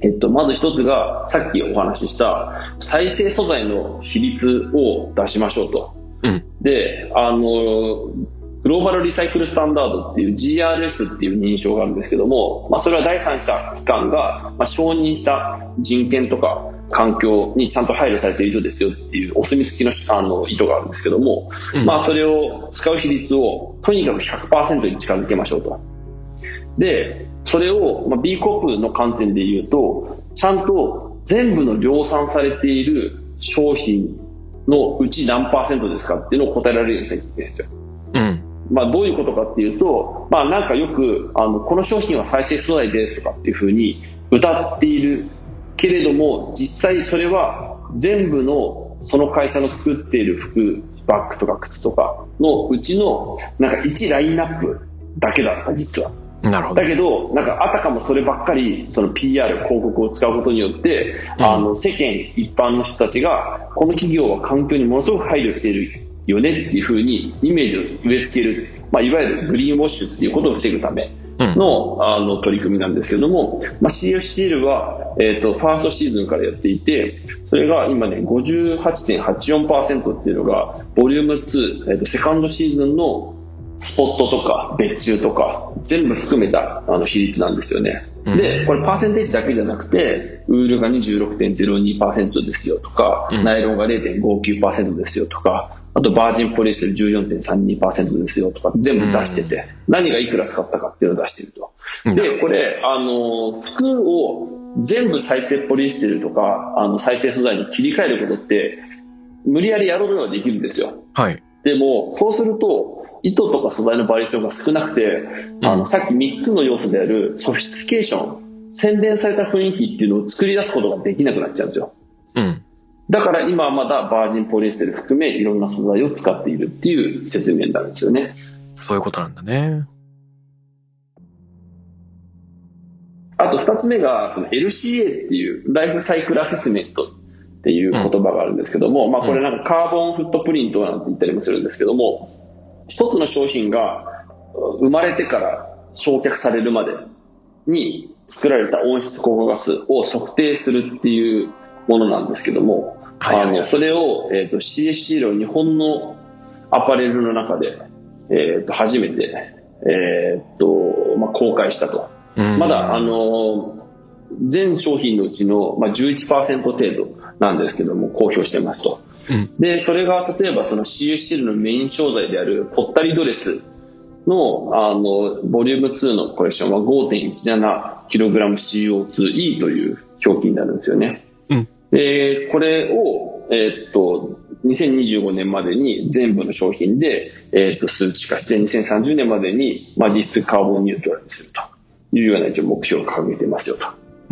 えっと、まず一つが、さっきお話しした、再生素材の比率を出しましょうと。うんで、あの、グローバルリサイクルスタンダードっていう GRS っていう認証があるんですけども、まあ、それは第三者機関が、まあ、承認した人権とか環境にちゃんと配慮されている以上ですよっていうお墨付きのあの意図があるんですけども、うんまあ、それを使う比率をとにかく100%に近づけましょうと。で、それを、まあ、B コープの観点で言うと、ちゃんと全部の量産されている商品のうち何パーセントですかっていうのを答えられるようにしなきゃいけないんですよ。うん。まあ、どういうことかっていうと、まあ、なんかよくあのこの商品は再生素材ですとかっていうふうに歌っているけれども実際それは全部のその会社の作っている服バッグとか靴とかのうちのなんか1ラインナップだけだった実はなるほどだ。けどなんかあたかもそればっかりその PR 広告を使うことによって、うんあの世間一般の人たちがこの企業は環境にものすごく配慮しているよねっていうふうにイメージを植え付ける、まあ、いわゆるグリーンウォッシュっていうことを防ぐためうんの,、あの取り組みなんですけども、まあ、CF シールは、えー、とファーストシーズンからやっていてそれが今ね58.84%っていうのがボリューム2、えー、とセカンドシーズンのスポットとか別注とか全部含めたあの比率なんですよね。うんで、これパーセンテージだけじゃなくて、ウールが26.02%ですよとか、うんナイロンが0.59%ですよとか、あとバージンポリエステル14.32%ですよとか、全部出してて、何がいくら使ったかっていうのを出してると。うんで、これ、あの、服を全部再生ポリエステルとか、あの、再生素材に切り替えることって、無理やりやろうとはできるんですよ。はい。でも、そうすると、糸とか素材のバリエーションが少なくて、あの、さっき3つの要素であるソフィスケーション、洗練された雰囲気っていうのを作り出すことができなくなっちゃうんですよ。うん。だから今はまだバージンポリエステル含めいろんな素材を使っているっていう説明になるんですよね。そういうことなんだね。あと2つ目が、その LCA っていう、ライフサイクルアセスメントっていう言葉があるんですけども、まあこれなんかカーボンフットプリントなんて言ったりもするんですけども、一つの商品が生まれてから焼却されるまでに作られた温室効果ガスを測定するっていうものなんですけども、はいはいはいあのそれを、えー、と CSC の日本のアパレルの中で、えー、と初めて、えーとまあ、公開したと。うんまだ、あ、のー全商品のうちの、まあ、11%程度なんですけども、公表してますと。うんで、それが例えばその CSCL のメイン商材であるポッタリドレスの、あの、ボリューム2のコレクションは 5.17kgCO2E という表記になるんですよね。うんでこれを、えーっと、2025年までに全部の商品で、えーっと数値化して2030年までに、まあ、実質カーボンニュートラルにするというような一応目標を掲げてますよと。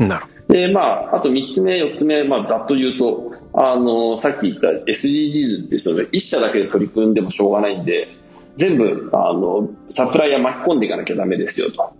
なるほで、まあ、あと3つ目、4つ目、まあ、ざっと言うと、あの、さっき言った SDGs って、その、一社だけで取り組んでもしょうがないんで、全部、あの、サプライヤー巻き込んでいかなきゃダメですよと。ど。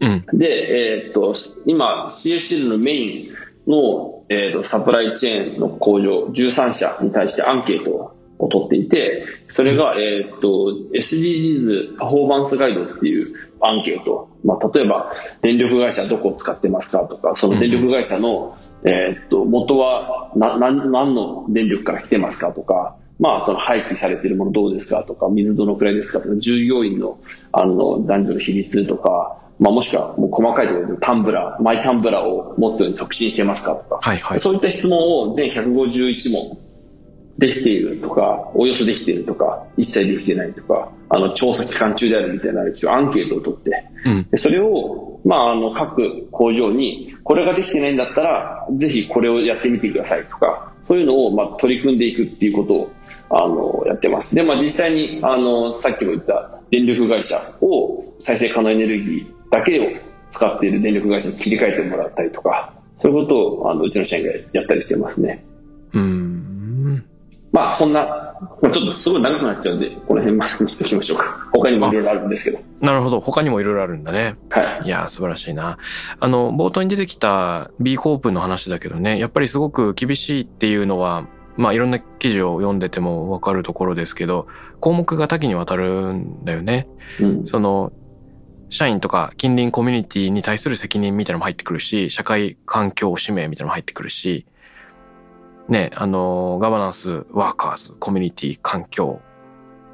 うん。で、えーっと、今、CFCL のメインの、えーっと、サプライチェーンの工場13社に対してアンケートを取っていて、それが、えーっと、SDGs パフォーマンスガイドっていうアンケート。まあ、例えば、電力会社どこを使ってますかとか、その電力会社の、えーっと、元はな、なん何の電力から来てますかとか、まあ、その廃棄されているものどうですかとか、水どのくらいですかとか、従業員のあの男女の比率とか、まあ、もしくはもう細かいところでタンブラー、マイタンブラーを持つように促進してますかとか、はいはい。そういった質問を全151問できているとか、およそできているとか、一切できてないとか、あの調査期間中であるみたいな一応アンケートを取って、うん。でそれを、まあ、あの各工場にこれができてないんだったらぜひこれをやってみてくださいとかそういうのを、まあ、取り組んでいくっていうことをあのやってますで、まあ、実際にあのさっきも言った電力会社を再生可能エネルギーだけを使っている電力会社に切り替えてもらったりとかそういうことをあのうちの社員がやったりしてますねうん。まあそんなまあちょっとすごい長くなっちゃうんでこの辺までにしておきましょうか他にもいろいろあるんですけどなるほど。他にもいろいろあるんだね。はいいやー、素晴らしいな。あの、冒頭に出てきた B コープの話だけどね、やっぱりすごく厳しいっていうのは、まあいろんな記事を読んでてもわかるところですけど、項目が多岐にわたるんだよね。うんその、社員とか近隣コミュニティに対する責任みたいなのも入ってくるし、社会環境使命みたいなのも入ってくるし、ね、あの、ガバナンス、ワーカーズ、コミュニティ、環境、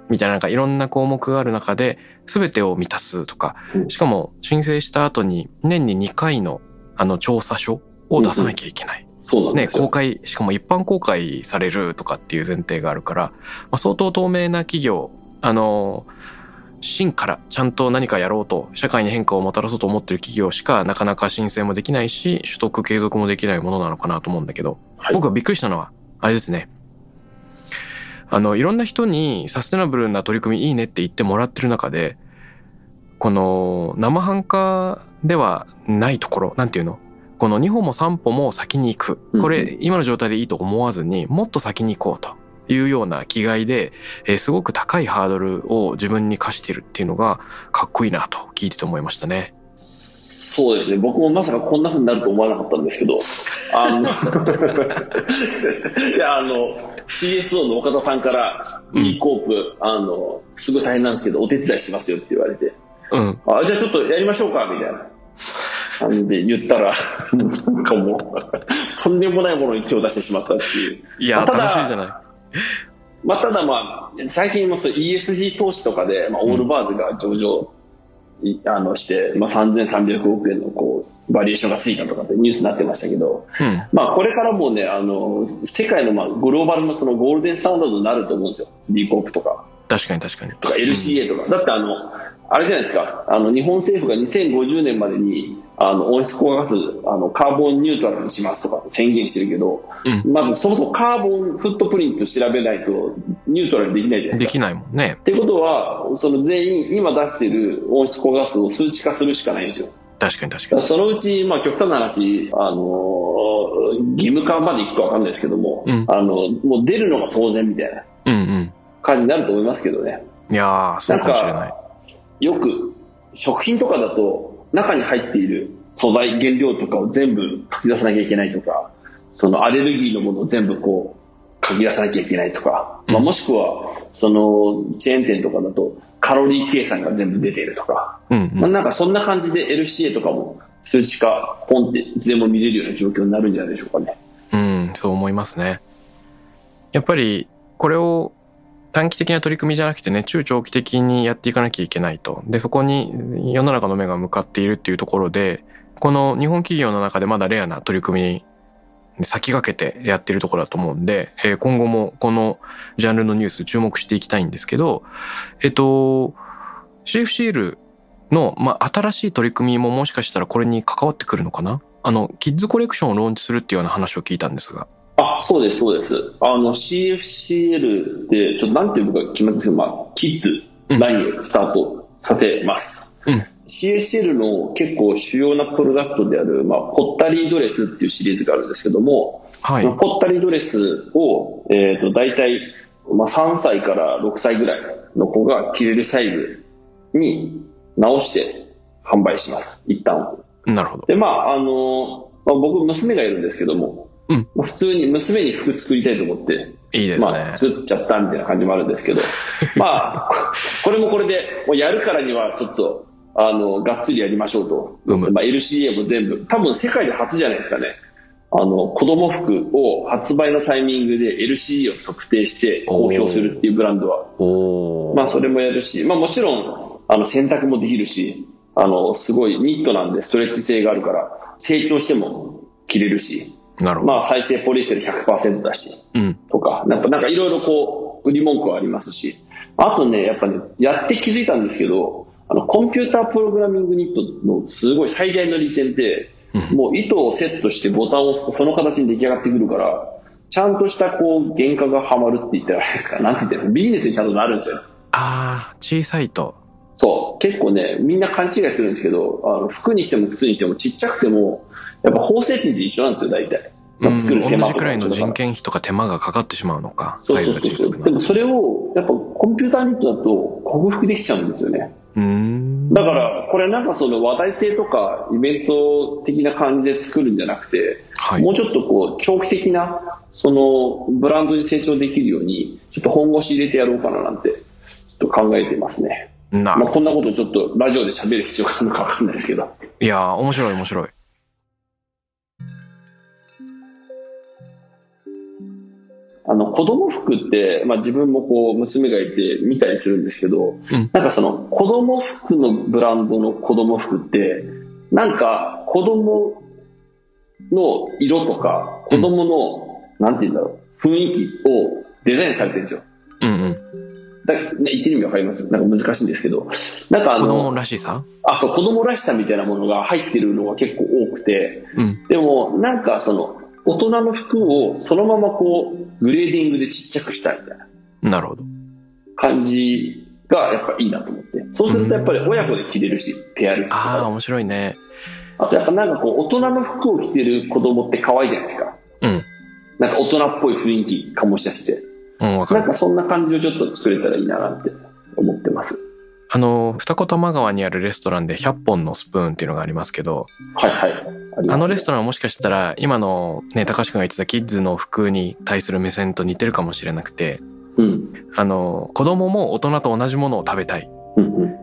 みたいななんかいろんな項目がある中で、全てを満たすとかう、んしかも申請した後に年に2回のあの調査書を出さなきゃいけない。そうなんね、ですよ、公開、しかも一般公開されるとかっていう前提があるから、まあ、相当透明な企業、あの、真からちゃんと何かやろうと、社会に変化をもたらそうと思ってる企業しかなかなか申請もできないし、取得継続もできないものなのかなと思うんだけど、はい僕がびっくりしたのは、あれですね。あの、いろんな人にサステナブルな取り組みいいねって言ってもらってる中で、この生半可ではないところ、なんていうのこの2歩も3歩も先に行うく。んこれ、今の状態でいいと思わずに、もっと先に行こうというような気概で、えーすごく高いハードルを自分に課してるっていうのが、かっこいいなと聞いてて思いましたね。そうですね、僕もまさかこんな風になると思わなかったんですけど、あのいやあの CSO の岡田さんから、うんいいコープあの、すごい大変なんですけど、お手伝いしますよって言われて、うん。あじゃあちょっとやりましょうかみたいな感じで言ったら、なんかもう、とんでもないものに手を出してしまったっていう。いや、まあただ楽しいじゃない。まあ、ただまあ、最近もそう ESG 投資とかで、まあ、オールバーズが上場、いあのして、まあ、3300億円のこう、バリエーションがついたとかってニュースになってましたけど、うん。まあ、これからもね、あの、世界のまあ、グローバルのそのゴールデンスタンダードになると思うんですよ。B コープとか、確かに確かに。とか LCA とか。だってあの、あれじゃないですか、あの、日本政府が2050年までに、あの温室効果ガスあのカーボンニュートラルにしますとか宣言してるけど、うまずそもそもカーボンフットプリント調べないとニュートラルできないじゃないでですか。きないもんね。ってことは、その全員今出してる温室効果ガスを数値化するしかないんですよ。確かに確かだかに。らそのうち、まあ、極端な話、あのー義務化までいくかわかんないですけども、うんあのもう出るのが当然みたいなうん感じになると思いますけどね。うん。いやー、そうかもしれない。よく食品とかだと中に入っている素材原料とかを全部書き出さなきゃいけないとかそのアレルギーのものを全部こう書き出さなきゃいけないとか、まあ、うんもしくはそのチェーン店とかだとカロリー計算が全部出ているとか、うんまうあ、ん。なんかそんな感じで LCA とかも数値化ポンっていつでも見れるような状況になるんじゃないでしょうかね。うん、そう思いますね。やっぱり、これを短期的な取り組みじゃなくてね、中長期的にやっていかなきゃいけないと。で、そこに世の中の目が向かっているっていうところで、この日本企業の中でまだレアな取り組みに先駆けてやってるところだと思うんで、えー今後もこのジャンルのニュース注目していきたいんですけど、えっと、CFCL の、まあ、新しい取り組みももしかしたらこれに関わってくるのかなあの、キッズコレクションをローンチするっていうような話を聞いたんですが。あ、そうです、そうです。あの CFCL って、ちょっとなんていうか決まったんですけど、まあ、キッズラインをスタートさせます。うん CFCL の結構主要なプロダクトである、まあ、ポッタリードレスっていうシリーズがあるんですけども、はい。まあポッタリードレスを、えっ、と、大体、まあ、3歳から6歳ぐらいの子が着れるサイズに直して販売します。一旦。なるほど。で、まあ、あの、まあ、僕、娘がいるんですけども、うんまあ普通に娘に服作りたいと思って、いいですね。まあ、作っちゃったみたいな感じもあるんです *laughs* けど、まあ、これもこれで、もうやるからにはちょっと、あの、がっつりやりましょうと。うむまあ、LCA も全部、多分世界で初じゃないですかね。あの、子供服を発売のタイミングで LCA を測定して公表するっていうブランドは、おーまあ、それもやるし、まあ、もちろんあの洗濯もできるしあのすごいニットなんでストレッチ性があるから成長しても着れるし、なるほど。まあ、再生ポリエステル100%だしうん。とかなんかなんかいろいろこう売り文句はありますしあとねやっぱねやって気づいたんですけどあのコンピュータープログラミングニットのすごい最大の利点ってうんもう糸をセットしてボタンを押すとその形に出来上がってくるからちゃんとしたこう原価がはまるって言ったらあれですかなんて言ったらいいのビジネスにちゃんとなるんですよねああ、小さいと。そう、結構ね、みんな勘違いするんですけど、あの服にしても靴にしてもちっちゃくても、やっぱ縫製値で一緒なんですよ、大体。うん、作る同手間じとくからいの一緒だから人件費とか手間がかかってしまうのか、そサうイズがそう小そさうくなでる。もそれを、やっぱコンピューターニットだと克服できちゃうんですよね。うーん。だから、これなんかその話題性とかイベント的な感じで作るんじゃなくて、はいも。うちょっとこう、長期的な、そのブランドに成長できるように、ちょっと本腰入れてやろうかななんて、ちょっと考えてますね。なまあ、こんなことちょっとラジオで喋る必要があるのかわかんないですけど。いやー、面白い面白い。あの子供服って、まあ、自分もこう娘がいて見たりするんですけうど、んなんかその子供服のブランドの子供服ってなんか子供の色とか子供の、なんて言うんだろう雰囲気をデザインされてるんですようんうん。だ、ね、言ってる意味わかりますなんか難しいんですけどなんかあ子供のらしさあそう子供らしさみたいなものが入ってるのが結構多くて、うん。でも、なんかその、大人の服をそのままこう、グレーディングでちっちゃくしたみたいななるほど。感じがやっぱいいなと思って。そうするとやっぱり親子で着れるし、ペアルックとああ、か。面白いね。あとやっぱなんかこう、大人の服を着てる子供って可愛いじゃないですか。うん。なんか大人っぽい雰囲気醸し出して。うん、わかなんる。かそんな感じをちょっと作れたらいいななんて思ってます。あの、二子玉川にあるレストランで100本のスプーンっていうのがありますけど、はいはい。りますあのレストランはもしかしたら今のね、高橋くんが言ってたキッズの服に対する目線と似てるかもしれなくて、うん。あの、子供も大人と同じものを食べたいうんうん。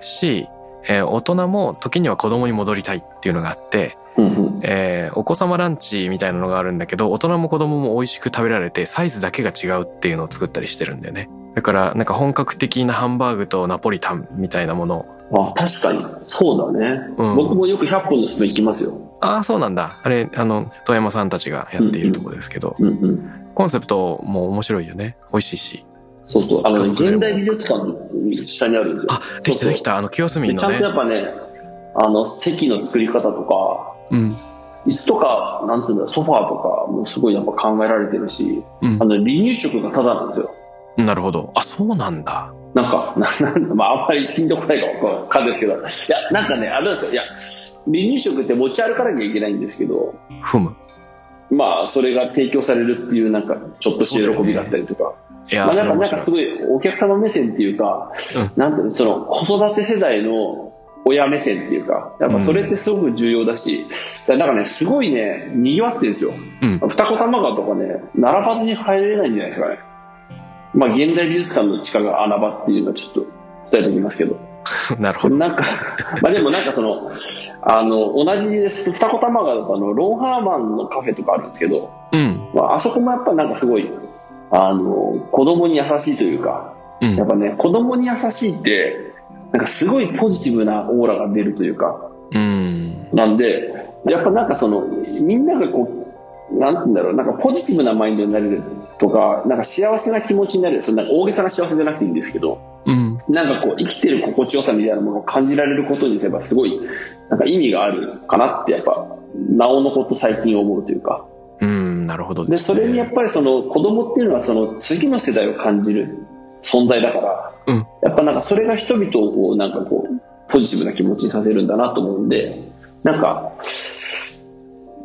し、えー大人も時には子供に戻りたいっていうのがあって、うんうん。えーお子様ランチみたいなのがあるんだけど、大人も子供も美味しく食べられて、サイズだけが違うっていうのを作ったりしてるんだよね。だから、なんか本格的なハンバーグとナポリタンみたいなもの。あ、確かに。そうだね。うん僕もよく100本のスプーン行きますよ。ああ、そうなんだ。あれ、あの、遠山さんたちがやっているところですけど、うんうん。コンセプトも面白いよね。美味しいし。そうそう、あの、家族でも現代美術館の下にあるんですよ。あ、できたできた。あの、清で澄ちゃのんとね。やっぱね、あの、席の作り方とか、うん。椅子とか、なんていうんだ、ソファーとかもすごいやっぱ考えられてるし、うんあの、離乳食がただなんですよ。なるほど。あ、そうなんだ。なんか、 *laughs* ななんまあ、あんまりピンとこないかわかんないですけど、いや、なんかね、あれなんですよ。いや、離乳食って持ち歩かなきゃいけないんですけど、ふむ。まあ、それが提供されるっていう、なんか、ちょっとした喜びだったりとか、いやまあ、ー、なそれん面か、なん白かいす。ごいお客様目線っていうか、なんていうのその、子育て世代の親目線っていうか、やっぱそれってすごく重要だし、だからなんかね、すごいね、賑わってるんですよ。うん。二子玉川とかね、並ばずに入れないんじゃないですかね。まあ、現代美術館の地下が穴場っていうのはちょっと伝えておきますけど。なるほど。なんか、 *laughs* まあでもなんかその、あの、同じです、二子玉川とかのロンハーマンのカフェとかあるんですけど、うん。まあ、あそこもやっぱなんかすごい、あの、子供に優しいというか、うやっん。ぱね、子供に優しいって、なんかすごいポジティブなオーラが出るというか、うん。なんで、やっぱなんかその、みんながこう、なんて言うんだろう、なんかポジティブなマインドになれるとか、なんか幸せな気持ちになれる、そんな大げさな幸せじゃなくていいんですけど、うん。なんかこう、生きてる心地よさみたいなものを感じられることにすれば、すごい、なんか意味があるかなって、やっぱ、なおのこと最近思うというか。うん。なるほどで、すそねれにやっぱりその、子供っていうのはその、次の世代を感じる存在だから、うんやっぱなんかそれが人々をこう、なんかこう、ポジティブな気持ちにさせるんだなと思うんで、なんか、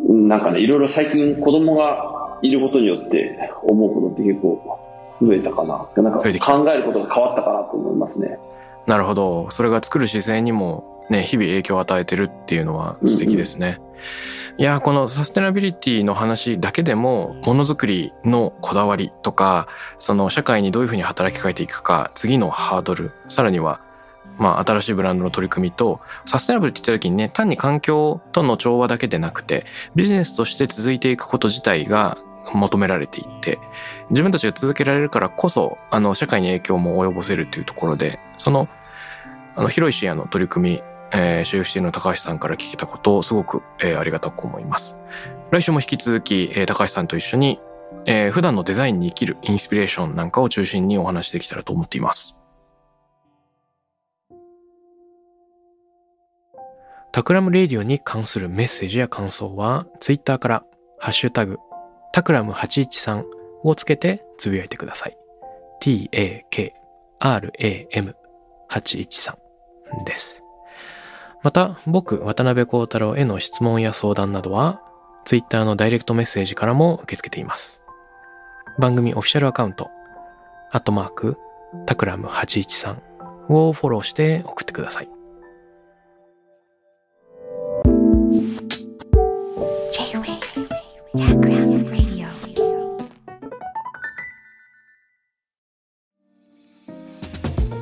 うんなんかね、いろいろ最近子供がいることによって思うことって結構増えたかな。なんか増えてきた考えることが変わったかなと思いますね。なるほど。それが作る姿勢にも、ね、日々影響を与えてるっていうのは素敵ですね。いやー、このサステナビリティの話だけでも、ものづくりのこだわりとか、その社会にどういうふうに働きかけていくか、次のハードル、さらには、まあ、新しいブランドの取り組みと、サステナブルって言った時にね、単に環境との調和だけでなくて、ビジネスとして続いていくこと自体が求められていって、自分たちが続けられるからこそ、あの、社会に影響も及ぼせるというところで、そのあの、広い視野の取り組み、えー、所有しているの高橋さんから聞けたことをすごく、えーありがたく思います。来週も引き続き、えー高橋さんと一緒に、えー普段のデザインに生きるインスピレーションなんかを中心にお話しできたらと思っています。タクラムレディオに関するメッセージや感想は、ツイッターから、ハッシュタグ、タクラム813をつけてつぶやいてください。t-a-k-r-a-m 813です。また、僕、渡辺幸太郎への質問や相談などは、Twitter のダイレクトメッセージからも受け付けています。番組オフィシャルアカウント、アットマーク、タクラム813をフォローして送ってください。 J-Wave. Background Radio.